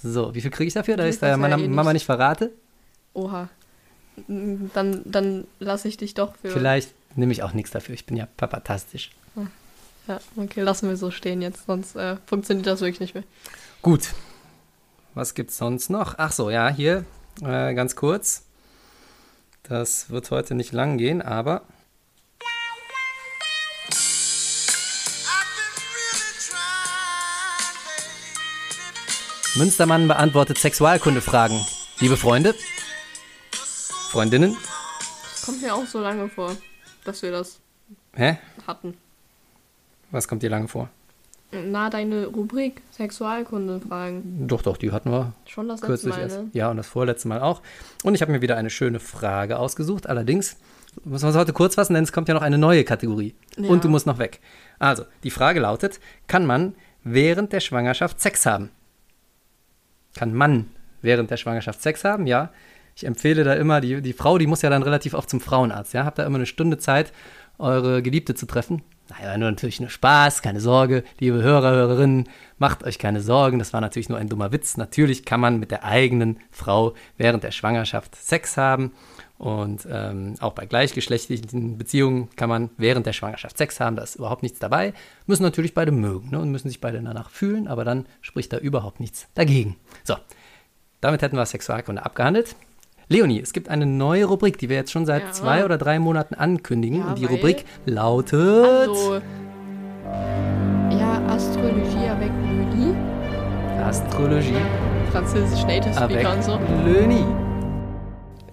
So, wie viel kriege ich dafür, da
Das
ich da
ist ja
meiner
eh
Mama
nicht-
nicht verrate?
Oha. Mm, Dann, dann lasse ich dich doch für.
Vielleicht nehme ich auch nichts dafür. Ich bin ja papatastisch.
Ja, okay, lassen wir so stehen jetzt, sonst äh, funktioniert das wirklich nicht mehr.
Gut. Was gibt's sonst noch? Ach so, ja, hier äh, ganz kurz. Das wird heute nicht lang gehen, aber Münstermann beantwortet Sexualkundefragen. Liebe Freunde, Freundinnen,
Kommt mir auch so lange vor, dass wir das
hä?
hatten.
Was kommt dir lange vor?
Na, deine Rubrik Sexualkunde-Fragen.
Doch, doch, die hatten wir
Schon das letzte
kürzlich
Mal,
erst.
ne?
Ja, und das vorletzte Mal auch. Und ich habe mir wieder eine schöne Frage ausgesucht. Allerdings müssen wir uns heute kurz fassen, denn es kommt ja noch eine neue Kategorie.
Ja.
Und du musst noch weg. Also, die Frage lautet, kann man während der Schwangerschaft Sex haben? Kann man während der Schwangerschaft Sex haben? Ja. Ich empfehle da immer, die, die Frau, die muss ja dann relativ oft zum Frauenarzt. Ja, habt da immer eine Stunde Zeit, eure Geliebte zu treffen. Naja, nur natürlich nur Spaß, keine Sorge, liebe Hörer, Hörerinnen, macht euch keine Sorgen, das war natürlich nur ein dummer Witz. Natürlich kann man mit der eigenen Frau während der Schwangerschaft Sex haben und ähm, auch bei gleichgeschlechtlichen Beziehungen kann man während der Schwangerschaft Sex haben, da ist überhaupt nichts dabei. Müssen natürlich beide mögen ne, und müssen sich beide danach fühlen, aber dann spricht da überhaupt nichts dagegen. So, damit hätten wir Sexualkunde abgehandelt. Leonie, es gibt eine neue Rubrik, die wir jetzt schon seit
Ja.
zwei oder drei Monaten ankündigen.
Ja,
und die
weil-
Rubrik lautet.
Also. Ja, Astrologie avec Luni.
Astrologie
Französisch Native
avec
Speaker und so.
Leonie.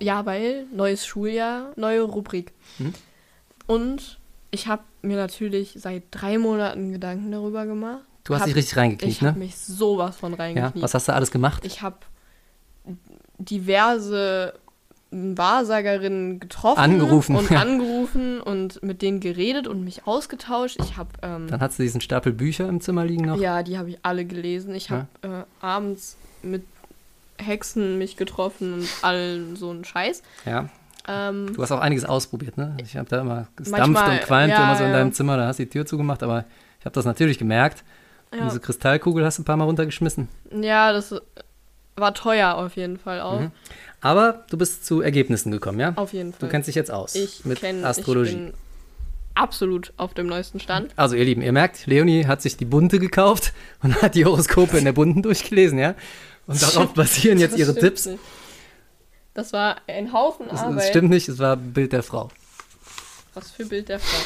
Ja, weil neues Schuljahr, neue Rubrik.
Hm?
Und ich habe mir natürlich seit drei Monaten Gedanken darüber gemacht.
Du hast
Hab-
dich richtig reingekniet,
Ich habe
ne?
mich sowas von
Ja,
reingekniet.
was hast du alles gemacht?
ich habe diverse Wahrsagerinnen getroffen
Angerufen,
und
ja.
angerufen und mit denen geredet und mich ausgetauscht. Ich habe ähm,
Dann hast du diesen Stapel Bücher im Zimmer liegen noch.
ja, die habe ich alle gelesen. Ich habe äh, abends mit Hexen mich getroffen und all so einen Scheiß.
Ja.
Ähm,
Du hast auch einiges ausprobiert, ne? Ich habe da immer gestampft
Manchmal,
und qualmt
ja,
immer so in
ja.
deinem Zimmer, da hast du die Tür zugemacht, aber ich habe das natürlich gemerkt. Und
ja.
Diese Kristallkugel hast du ein paar Mal runtergeschmissen.
ja, das war teuer auf jeden Fall auch.
Aber du bist zu Ergebnissen gekommen, ja?
Auf jeden
Mhm. Du
Fall.
kennst dich jetzt aus
ich
mit
kenn,
Astrologie.
Ich bin absolut auf dem neuesten Stand.
Also ihr Lieben, ihr merkt, Leonie hat sich die bunte gekauft und hat die Horoskope in der bunten durchgelesen, ja? Und darauf basieren jetzt
Das
ihre
stimmt
Tipps.
nicht. Das war ein Haufen
Das,
Arbeit.
das stimmt nicht, es war Bild der Frau.
Was für Bild der Frau.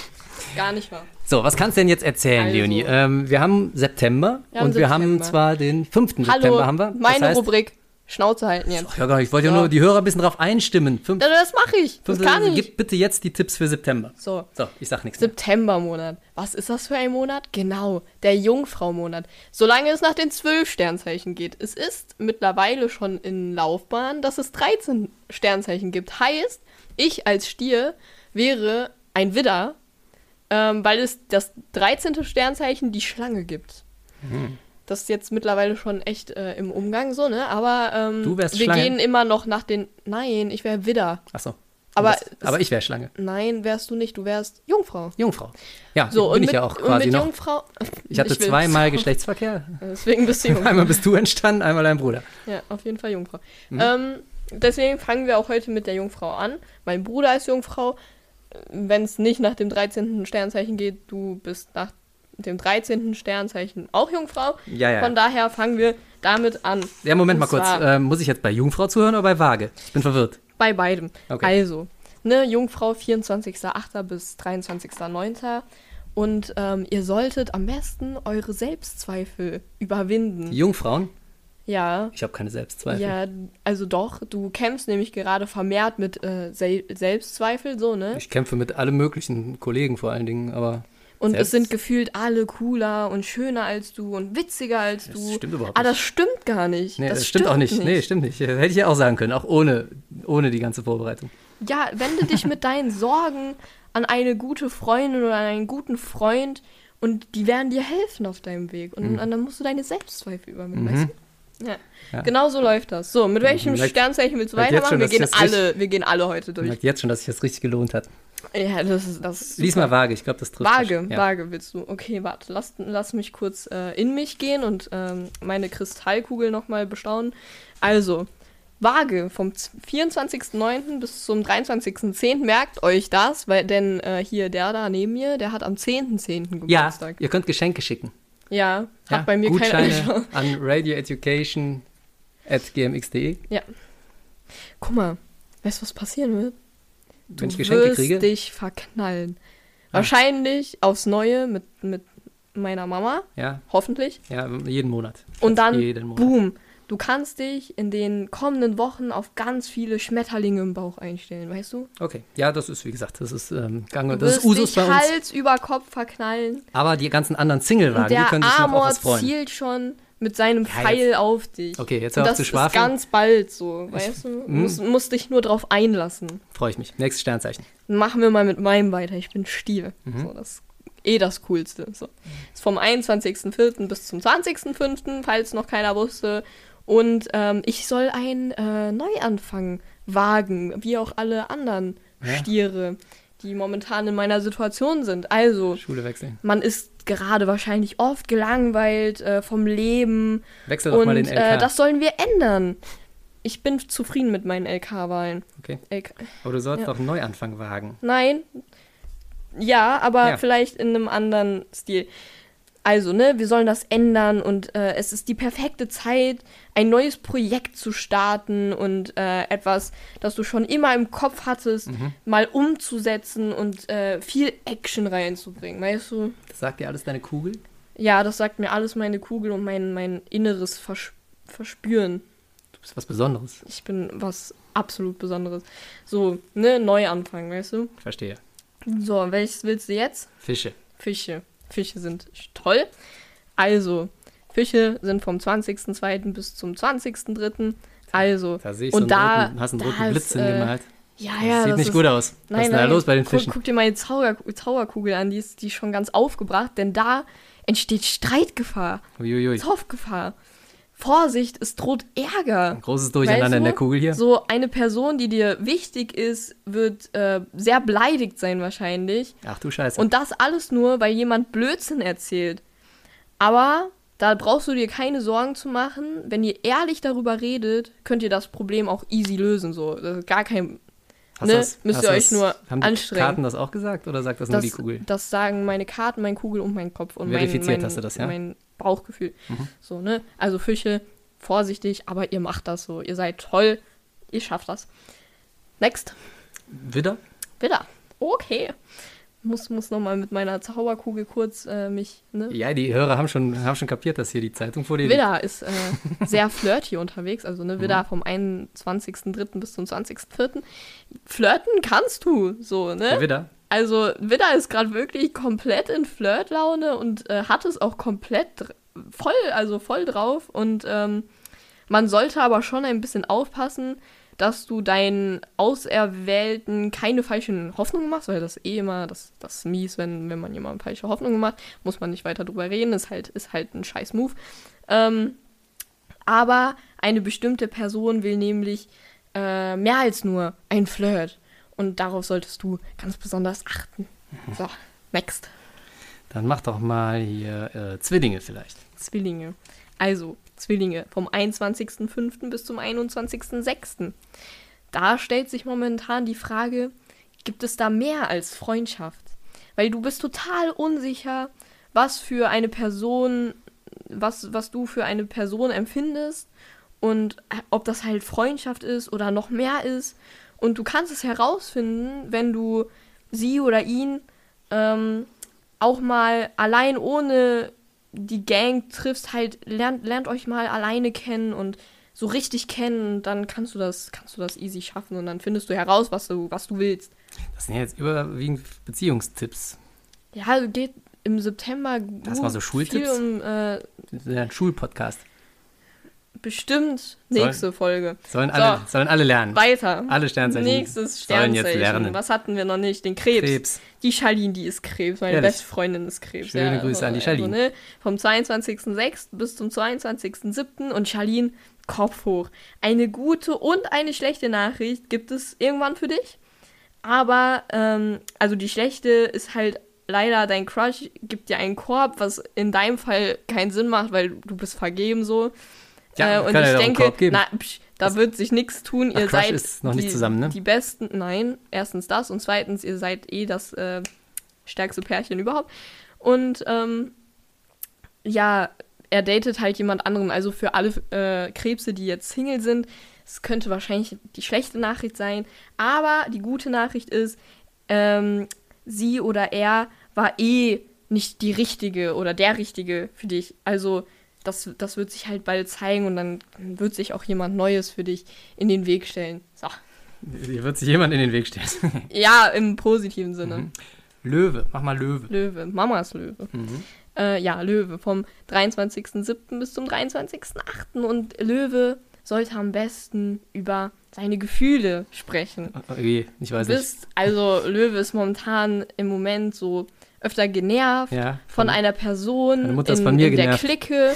Gar nicht wahr.
So, was kannst du denn jetzt erzählen,
Also.
Leonie? Ähm, wir haben September
Wir haben
und wir haben
September.
zwar den 5. September
Hallo,
haben wir. Das
meine
heißt,
Rubrik. Schnauze halten jetzt.
Ach ja, gar nicht, ich wollte ja
So.
nur die Hörer ein bisschen drauf einstimmen. Fünf,
Ja, Das mache ich. Das
fünf-
kann ich.
Gib bitte jetzt die Tipps für September.
So.
So, ich sag nichts. mehr.
Septembermonat. Was ist das für ein Monat? Genau, der Jungfraumonat. Solange es nach den zwölf Sternzeichen geht. Es ist mittlerweile schon in Laufbahn, dass es 13 Sternzeichen gibt. Heißt, ich als Stier wäre ein Widder, ähm, weil es das 13. Sternzeichen die Schlange gibt.
Mhm.
Das ist jetzt mittlerweile schon echt äh, im Umgang so, ne? Aber ähm,
Du wärst
wir
Schlange.
gehen immer noch nach den. Nein, ich wäre Widder.
Ach so.
Aber
Das-
es-
aber ich wäre Schlange.
Nein, wärst du nicht, du wärst Jungfrau.
Jungfrau. Ja,
So,
bin
und
ich
mit,
ja auch
und
quasi
mit
noch.
Jungfrau.
Ich hatte
will-
zweimal Geschlechtsverkehr.
Deswegen bist du Jungfrau.
Einmal bist du entstanden, einmal dein Bruder.
ja, auf jeden Fall Jungfrau.
Mhm.
Ähm, deswegen fangen wir auch heute mit der Jungfrau an. Mein Bruder ist Jungfrau. Wenn es nicht nach dem 13. Sternzeichen geht, du bist nach dem 13. Sternzeichen auch Jungfrau.
Ja, ja.
Von daher fangen wir damit an.
Ja, Moment mal
Und
kurz.
zwar-
Ähm, muss ich jetzt bei Jungfrau zuhören oder bei Waage? Ich bin verwirrt.
Bei beidem.
Okay.
Also, ne, Jungfrau 24.08. bis 23.09. Und ähm, ihr solltet am besten eure Selbstzweifel überwinden.
Die Jungfrauen?
Ja.
Ich habe keine Selbstzweifel.
Ja, also doch, du kämpfst nämlich gerade vermehrt mit äh, Sel Selbstzweifel, so, ne?
Ich kämpfe mit allen möglichen Kollegen vor allen Dingen, aber
Und
Selbst-
es sind gefühlt alle cooler und schöner als du und witziger als du.
stimmt überhaupt
Ah, das
nicht.
stimmt gar nicht.
Nee, das, stimmt auch nicht. Nee, stimmt nicht. Hätte ich ja auch sagen können, auch ohne ohne die ganze Vorbereitung.
Ja, wende dich mit deinen Sorgen an eine gute Freundin oder an einen guten Freund und die werden dir helfen auf deinem Weg.
Mhm.
Und, und dann musst du deine Selbstzweifel überwinden, weißt du? Ja. Genau so läuft das. So, mit welchem
merkt-
Sternzeichen willst du
merkt Mhm. jetzt
weitermachen?
schon,
wir,
dass ich
gehen
das
alle, wir gehen alle heute
Ich
durch.
merke jetzt schon, dass sich das richtig gelohnt hat.
Ja, das ist, das ist
Lies mal vage, ich glaube, das trifft.
Waage,
das. Ja.
Waage willst du. Okay, warte, lass, lass mich kurz äh, in mich gehen und ähm, meine Kristallkugel nochmal bestaunen. Also, Waage vom z- 24.09. bis zum 23.10. merkt euch das, weil denn äh, hier der da neben mir, der hat am 10.10.
Ja,
Geburtstag.
ihr könnt Geschenke schicken.
Ja, hat
Ja,
bei mir keine Chance.
Gutscheine an radioeducation.gmx.de.
Guck mal, weißt du, was passieren wird?
Wenn ich
du
Geschenke
wirst
kriege.
dich verknallen. Wahrscheinlich aufs Neue mit, mit meiner Mama,
Ja,
hoffentlich.
ja, jeden Monat.
Und
jeden
dann,
Monat.
boom, du kannst dich in den kommenden Wochen auf ganz viele Schmetterlinge im Bauch einstellen, weißt du?
Okay, ja, das ist, wie gesagt, das ist ähm, Gang
Du
und das ist
wirst
Usus
dich
bei uns.
Hals über Kopf verknallen
Aber die ganzen anderen Singlewagen,
und
die
der
können sich noch auf
Amor
was freuen.
zielt schon mit seinem
jetzt-
Pfeil auf dich.
Okay, jetzt hör
und
auf
das
zu
ist
schwafeln. Hm?
ganz bald so, weißt du? Du musst, musst dich nur drauf einlassen.
Freue ich mich. Nächstes Sternzeichen.
machen wir mal mit meinem weiter. Ich bin Stiel.
Mhm.
So, das ist eh das Coolste. So. Ist vom 21.04. bis zum 20.05., falls noch keiner wusste. Und ähm, ich soll einen äh, Neuanfang wagen, wie auch alle anderen Stiere, die momentan in meiner Situation sind. Also,
Schule wechseln.
man ist gerade wahrscheinlich oft gelangweilt äh, vom Leben.
Wechsel doch
Und
mal den LK.
Äh, das sollen wir ändern. Ich bin zufrieden mit meinen LK-Wahlen.
okay.
LK
Aber du sollst
ja.
doch einen Neuanfang wagen.
Nein. Ja, aber
Ja.
vielleicht in einem anderen Stil. Also, ne, wir sollen das ändern und äh, es ist die perfekte Zeit, ein neues Projekt zu starten und äh, etwas, das du schon immer im Kopf hattest, mal umzusetzen und äh, viel Action reinzubringen, weißt du?
Das sagt dir alles deine Kugel?
Ja, das sagt mir alles meine Kugel und mein, mein inneres Versch Verspüren.
Du bist was Besonderes.
Ich bin was absolut Besonderes. So, ne, Neuanfang, weißt du?
Ich verstehe.
So, welches willst du jetzt?
Fische.
Fische. Fische sind toll. Also, Fische sind vom 20.02. bis zum 20.03. Also,
Da sehe ich
und
so einen
da
roten, hast einen roten
da
Blitz
ist, äh,
hingemalt.
Ja,
Das
ja,
sieht
das
nicht
ist,
gut aus. Was ist denn da los bei den
Guck-
Fischen?
Guck, dir meine Zauber, Zauberkugel an, die ist die ist schon ganz aufgebracht, denn da entsteht Streitgefahr,
Uiuiui.
Zoffgefahr. Vorsicht, es droht Ärger.
Großes Durcheinander in
Weißt du,
der Kugel hier.
So eine Person, die dir wichtig ist, wird äh, sehr beleidigt sein wahrscheinlich.
Ach du Scheiße.
Und das alles nur, weil jemand Blödsinn erzählt. Aber da brauchst du dir keine Sorgen zu machen. Wenn ihr ehrlich darüber redet, könnt ihr das Problem auch easy lösen. So, das ist gar kein.
Hast
ne,
das-
müsst
hast
ihr euch
das-
nur
haben die
anstrengen.
Karten das auch gesagt oder sagt das, nur
Das,
die Kugel?
das sagen meine Karten, mein Kugel und mein Kopf und mein,
Verifiziert
mein,
hast du das, ja? Mhm.
mein Bauchgefühl. So, ne? Also Fische, vorsichtig, aber ihr macht das so. Ihr seid toll, ihr schafft das. Next.
Widder?
Wieder. Okay. Muss, muss nochmal mit meiner Zauberkugel kurz äh, mich, ne?
Ja, die Hörer haben schon, haben schon kapiert, dass hier die Zeitung vor dir liegt. Mhm.
Widder ist äh, sehr flirty unterwegs, also ne, Widder vom 21.03. bis zum 20.04. Flirten kannst du, so,
Der
ne?
Widder?
Also Widder ist gerade wirklich komplett in Flirtlaune und äh, hat es auch komplett dr- voll, also voll drauf und ähm, man sollte aber schon ein bisschen aufpassen, dass du deinen Auserwählten keine falschen Hoffnungen machst, weil das eh immer, das, das ist mies, wenn, wenn man jemandem falsche Hoffnungen macht, muss man nicht weiter drüber reden, ist halt, ist halt ein scheiß Move. Ähm, aber eine bestimmte Person will nämlich äh, mehr als nur ein Flirt. Und darauf solltest du ganz besonders achten. So, next.
Dann mach doch mal hier äh, Zwillinge vielleicht.
Zwillinge. Also, Zwillinge vom 21.05. bis zum 21.06. Da stellt sich momentan die Frage, gibt es da mehr als Freundschaft? Weil du bist total unsicher, was für eine Person, was, was du für eine Person empfindest und ob das halt Freundschaft ist oder noch mehr ist. Und du kannst es herausfinden, wenn du sie oder ihn ähm, auch mal allein ohne die Gang triffst, halt lernt, lernt euch mal alleine kennen und so richtig kennen und dann kannst du das, kannst du das easy schaffen und dann findest du heraus, was du, was du willst.
Das sind ja jetzt überwiegend Beziehungstipps.
Ja, also geht im September
Lass mal so
gut viel
Schultipps.
um äh,
Das ist ja ein Schulpodcast.
Bestimmt nächste Folge.
Sollen alle,
So.
sollen alle lernen.
Weiter.
Alle Sternzeichen
Nächstes
sollen
Sternzeichen.
jetzt lernen.
Was hatten wir noch nicht? Den Krebs.
Krebs.
Die Charlene, die ist Krebs. Meine
Ehrlich?
beste Freundin ist Krebs.
Schöne Grüße an die Charlene.
ne, vom 22.06. bis zum 22.07. Und Charlene, Kopf hoch. Eine gute und eine schlechte Nachricht gibt es irgendwann für dich. Aber, ähm, also die schlechte ist halt leider dein Crush gibt dir einen Korb, was in deinem Fall keinen Sinn macht, weil du bist vergeben so.
Ja,
äh, und
kann ja
ich
doch einen
denke,
Korb geben.
na, psch, da wird sich nichts tun.
Ach,
ihr
Crush
seid
ist noch nicht
die,
zusammen, ne?
die besten. Nein, erstens das und zweitens, ihr seid eh das äh, stärkste Pärchen überhaupt. Und ähm, ja, er datet halt jemand anderen. Also für alle äh, Krebse, die jetzt Single sind, es könnte wahrscheinlich die schlechte Nachricht sein. Aber die gute Nachricht ist, ähm, sie oder er war eh nicht die richtige oder der richtige für dich. Also das, das wird sich halt bald zeigen und dann wird sich auch jemand Neues für dich in den Weg stellen. So.
Hier wird sich jemand in den Weg stellen.
Ja, im positiven Sinne.
Löwe, mach mal Löwe.
Löwe, Mamas Löwe. Äh, ja, Löwe vom 23.07. bis zum 23.08. Und Löwe sollte am besten über seine Gefühle sprechen.
Oh, oh je, ich weiß
Du bist, also Löwe ist momentan im Moment so öfter genervt
Ja,
von
von-
einer Person
meine Mutter
in,
ist von mir
in der
genervt.
Clique.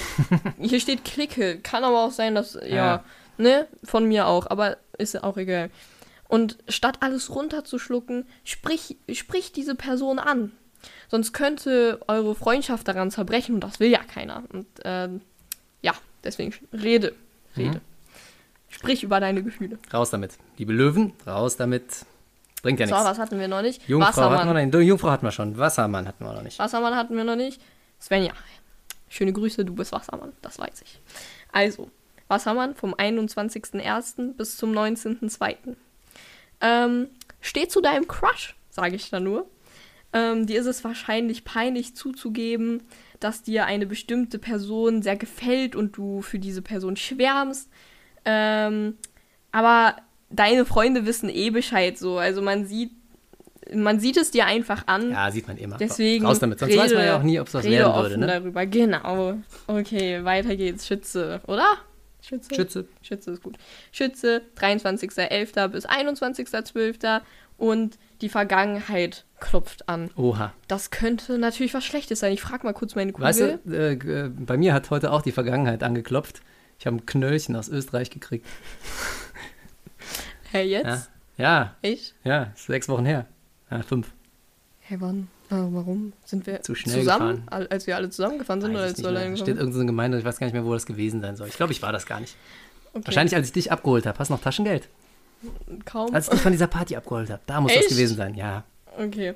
Hier steht Clique, kann aber auch sein, dass, ja,
Ja.
ne, von mir auch, aber ist auch egal. Und statt alles runterzuschlucken, sprich, sprich diese Person an. Sonst könnte eure Freundschaft daran zerbrechen und das will ja keiner. Und ähm, ja, deswegen rede, rede.
Mhm.
Sprich über deine Gefühle.
nicht. Raus damit. Liebe Löwen, raus damit. Bringt ja
So,
nichts.
was hatten wir noch nicht?
Jungfrau hatten wir noch nicht. Jungfrau hatten wir schon. Wassermann hatten wir noch nicht.
Wassermann hatten wir noch nicht. Svenja, schöne Grüße, du bist Wassermann, das weiß ich. Also, Wassermann vom 21.01. bis zum 19.02. Ähm, steh zu deinem Crush, sage ich da nur. Ähm, dir ist es wahrscheinlich peinlich zuzugeben, dass dir eine bestimmte Person sehr gefällt und du für diese Person schwärmst. Ähm, aber deine Freunde wissen eh Bescheid so. Also man sieht, man sieht es dir einfach an.
Ja, sieht man immer.
Deswegen
raus damit. Sonst
rede,
weiß man ja auch nie, ob es was
rede
werden würde.
offen
Ne?
darüber, genau. Okay, weiter geht's. Schütze, oder? Schütze?
Schütze.
Schütze ist gut. Schütze, 23.11. bis 21.12. Und die Vergangenheit klopft an.
Oha.
Das könnte natürlich was Schlechtes sein. Ich frage mal kurz meine Kugel.
Weißt du, äh, g- äh, bei mir hat heute auch die Vergangenheit angeklopft. Ich habe ein Knöllchen aus Österreich gekriegt.
Hey, jetzt?
Ja, ja,
Ich?
ja ist sechs Wochen her. Ja, fünf.
Hey, wann? Wa- Warum? Sind wir
Zu schnell
zusammen?
gefahren.
Al- Als wir alle zusammengefahren sind
Weiß
oder
ich
als
nicht
du allein
mehr. Steht
gefahren
irgendeine Gemeinde, ich weiß gar nicht mehr, wo das gewesen sein soll. Ich glaube, ich war das gar nicht.
Okay.
Wahrscheinlich, als ich dich abgeholt habe. Hast du noch Taschengeld?
Kaum.
Als ich dich von dieser Party abgeholt habe. Da muss
Echt?
das gewesen sein. Ja,
okay.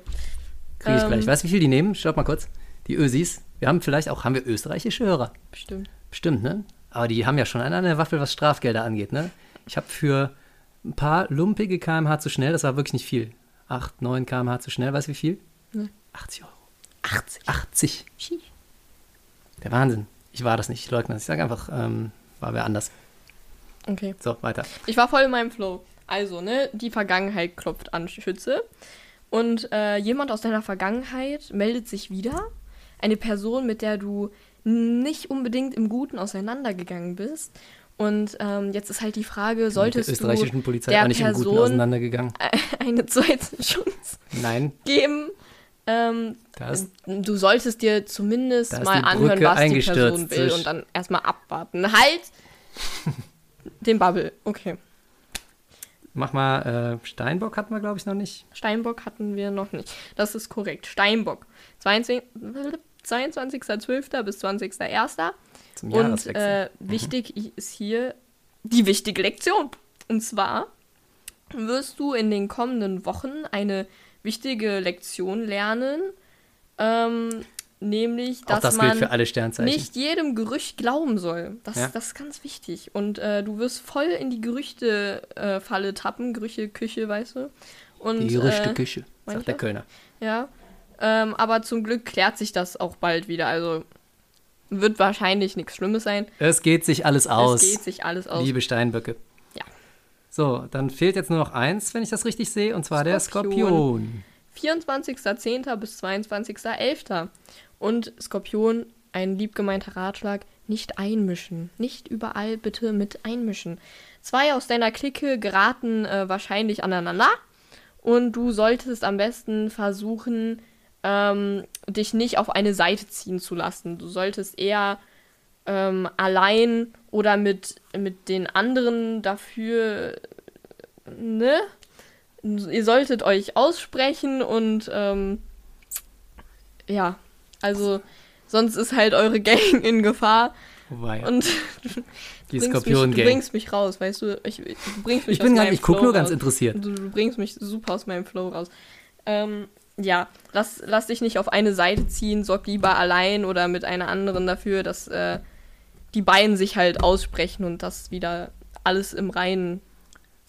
kriege ich
Ähm.
gleich. Weißt du, wie viel die nehmen? Stopp mal kurz. Die Ösis. Wir haben vielleicht auch, haben wir österreichische Hörer.
Bestimmt.
Bestimmt, ne? Aber die haben ja schon einen an der Waffel, was Strafgelder angeht, ne? Ich habe für ein paar lumpige kmh zu schnell, das war wirklich nicht viel. 8, 9 kmh zu schnell, weißt du wie viel? 80 Euro. 80? 80. Der Wahnsinn. Ich war das nicht, ich leugne das. Ich sage einfach, ähm, war wer anders.
Okay.
So, weiter.
Ich war voll in meinem Flow. Also, ne, die Vergangenheit klopft an, Schütze. Und äh, jemand aus deiner Vergangenheit meldet sich wieder. Eine Person, mit der du nicht unbedingt im Guten auseinandergegangen bist. Und ähm, jetzt ist halt die Frage, solltest
Mit der österreichischen
du
Polizei
der
war nicht im Guten
Person
auseinandergegangen.
eine zweite Chance
Nein,
geben? Ähm,
da ist
du solltest dir zumindest
Da ist
mal
die
anhören,
Brücke
was die
eingestürzt
Person will
zwischen-
und dann erstmal abwarten. Halt! Den Bubble, okay.
Mach mal, äh, Steinbock hatten wir, glaube ich, noch nicht.
Steinbock hatten wir noch nicht. Das ist korrekt. Steinbock. 22 22.12. bis 20.01.
Zum
Und
Jahreswechsel.
äh, wichtig i- ist hier die wichtige Lektion. Und zwar wirst du in den kommenden Wochen eine wichtige Lektion lernen, ähm, nämlich, dass
Auch das
man
gilt für alle Sternzeichen.
nicht jedem Gerücht glauben soll. Das,
Ja.
das ist ganz wichtig. Und äh, du wirst voll in die Gerüchte-Falle äh, Falle tappen, Gerüchte, Küche, weißt du? Und,
die
äh,
gerüchte Küche,
mein ich
sagt der
das?
Kölner.
Ja. Ähm, aber zum Glück klärt sich das auch bald wieder. Also wird wahrscheinlich nichts Schlimmes sein.
Es geht sich alles aus.
Es geht sich alles aus.
Liebe Steinböcke.
Ja.
So, dann fehlt jetzt nur noch eins, wenn ich das richtig sehe, und zwar der
Skorpion.
Skorpion.
24.10. bis 22.11. Und Skorpion, ein liebgemeinter Ratschlag, Nicht einmischen. Nicht überall bitte mit einmischen. Zwei aus deiner Clique geraten äh, wahrscheinlich aneinander und du solltest am besten versuchen, ähm, dich nicht auf eine Seite ziehen zu lassen. Du solltest eher ähm, allein oder mit, mit den anderen dafür, ne? Ihr solltet euch aussprechen und ähm, ja, also sonst ist halt eure Gang in Gefahr
Wobei,
und
Oh, die
bringst mich, du
Skorpion-Gang.
bringst mich raus, weißt du? Ich, du bringst mich
Ich bin
aus
gar-
meinem
ich guck
Flow
nur ganz
raus.
interessiert.
Du, du bringst mich super aus meinem Flow raus. Ähm, ja, lass, lass dich nicht auf eine Seite ziehen, sorg lieber allein oder mit einer anderen dafür, dass äh, die beiden sich halt aussprechen und das wieder alles im Reinen.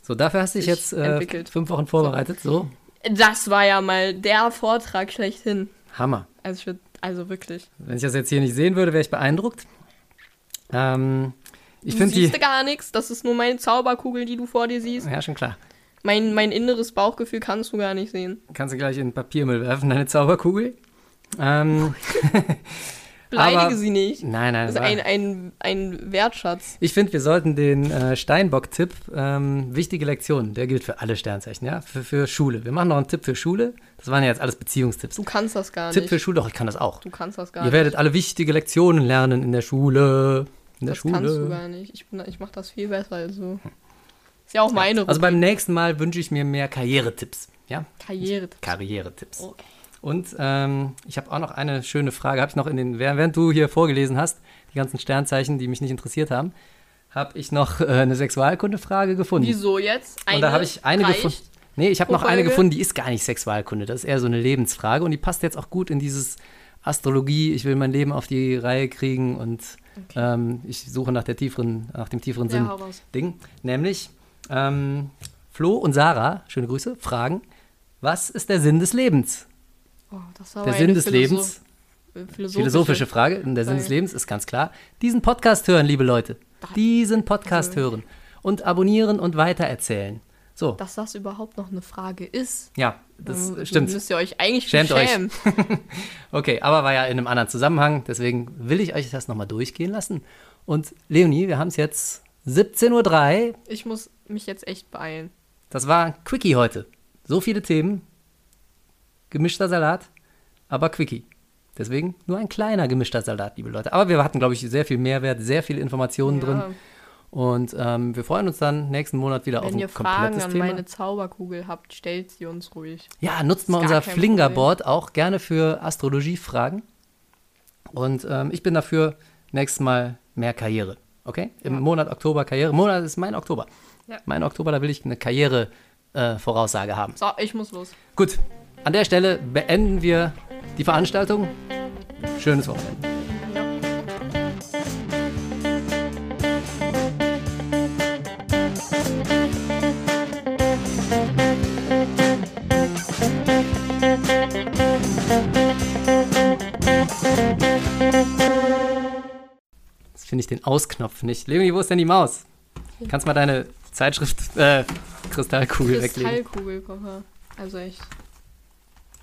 So, dafür hast du dich
sich
jetzt äh,
entwickelt.
fünf Wochen vorbereitet. So,
Das war ja mal der Vortrag schlechthin.
Hammer.
Also, ich würd, also wirklich.
Wenn ich das jetzt hier nicht sehen würde, wäre ich beeindruckt. Ähm, ich
du
finde die.
siehst gar nichts, das ist nur meine Zauberkugel, die du vor dir siehst.
Ja, schon klar.
Mein, mein inneres Bauchgefühl kannst du gar nicht sehen.
Kannst du gleich in den Papiermüll werfen, deine Zauberkugel. Ähm,
Beleidige
Aber-
sie nicht.
nein, nein.
Oh. Das ist
war-
ein, ein, ein Wertschatz.
Ich finde, wir sollten den äh, Steinbock-Tipp, ähm, wichtige Lektionen, der gilt für alle Sternzeichen, ja, für, für Schule. Wir machen noch einen Tipp für Schule. Das waren ja jetzt alles Beziehungstipps.
Du kannst das gar
Tipp
nicht.
für Schule, doch, ich kann das auch.
du kannst das gar
Ihr werdet alle wichtige Lektionen lernen in der Schule. In der
nicht. Das
Schule.
kannst du gar nicht. Ich, bin, ich mach das viel besser. Also. Ist ja auch meine
also beim nächsten Mal wünsche ich mir mehr Karrieretipps, ja,
Karriere.
Karrieretipps.
Okay.
Und ähm, ich habe auch noch eine schöne Frage. Habe ich noch in den, während während du hier vorgelesen hast, die ganzen Sternzeichen, die mich nicht interessiert haben, habe ich noch äh, eine Sexualkunde-Frage gefunden.
Wieso jetzt?
und da habe ich eine
reicht?
gefunden. Nee, ich habe
pro
noch eine
Folge?
gefunden, die ist gar nicht Sexualkunde. Das ist eher so eine Lebensfrage und die passt jetzt auch gut in dieses Astrologie. Ich will mein Leben auf die Reihe kriegen und ähm, ich suche nach der tieferen, nach dem tieferen
Ja,
Sinn
hau raus.
Ding. Nämlich ähm, Flo und Sarah, schöne Grüße, fragen: Was ist der Sinn des Lebens?
Oh, das war
Der
aber
Sinn
eine
des
Philosoph-
Lebens,
äh, Philosophische.
philosophische Frage. Und der Sinn des
Frage.
Lebens ist ganz klar: Diesen Podcast hören, liebe Leute. Diesen Podcast hören und abonnieren und weitererzählen. So,
Dass das überhaupt noch eine Frage ist.
ja, das
Ähm,
stimmt.
Müsst ihr euch eigentlich
Schämt euch.
schämen.
Okay, aber war ja in einem anderen Zusammenhang, deswegen will ich euch das nochmal durchgehen lassen. Und Leonie, wir haben es jetzt 17.03 Uhr.
Ich muss mich jetzt echt beeilen.
Das war ein Quickie heute. So viele Themen, gemischter Salat, aber Quickie. Deswegen nur ein kleiner gemischter Salat, liebe Leute. Aber wir hatten, glaube ich, sehr viel Mehrwert, sehr viele Informationen
Ja.
drin. Und ähm, wir freuen uns dann nächsten Monat wieder auf
Wenn
ein
ihr Fragen
komplettes
an
Thema.
meine Zauberkugel habt, stellt sie uns ruhig.
Ja, nutzt mal
Ist
unser
gar kein
Flingerboard auch gerne für Astrologiefragen. Und ähm, ich bin dafür nächstes Mal mehr Karriere. Okay? Im Monat Oktober Karriere. Monat ist mein Oktober.
Ja.
Mein Oktober, da will ich eine Karriere-Voraussage haben.
So, ich muss los.
Gut, an der Stelle beenden wir die Veranstaltung. Schönes Wochenende. Jetzt finde ich den Ausknopf nicht. Leonie, wo ist denn die Maus? Kannst mal deine Zeitschrift äh, Kristallkugel weglegen.
Kristallkugelkocher. Also echt.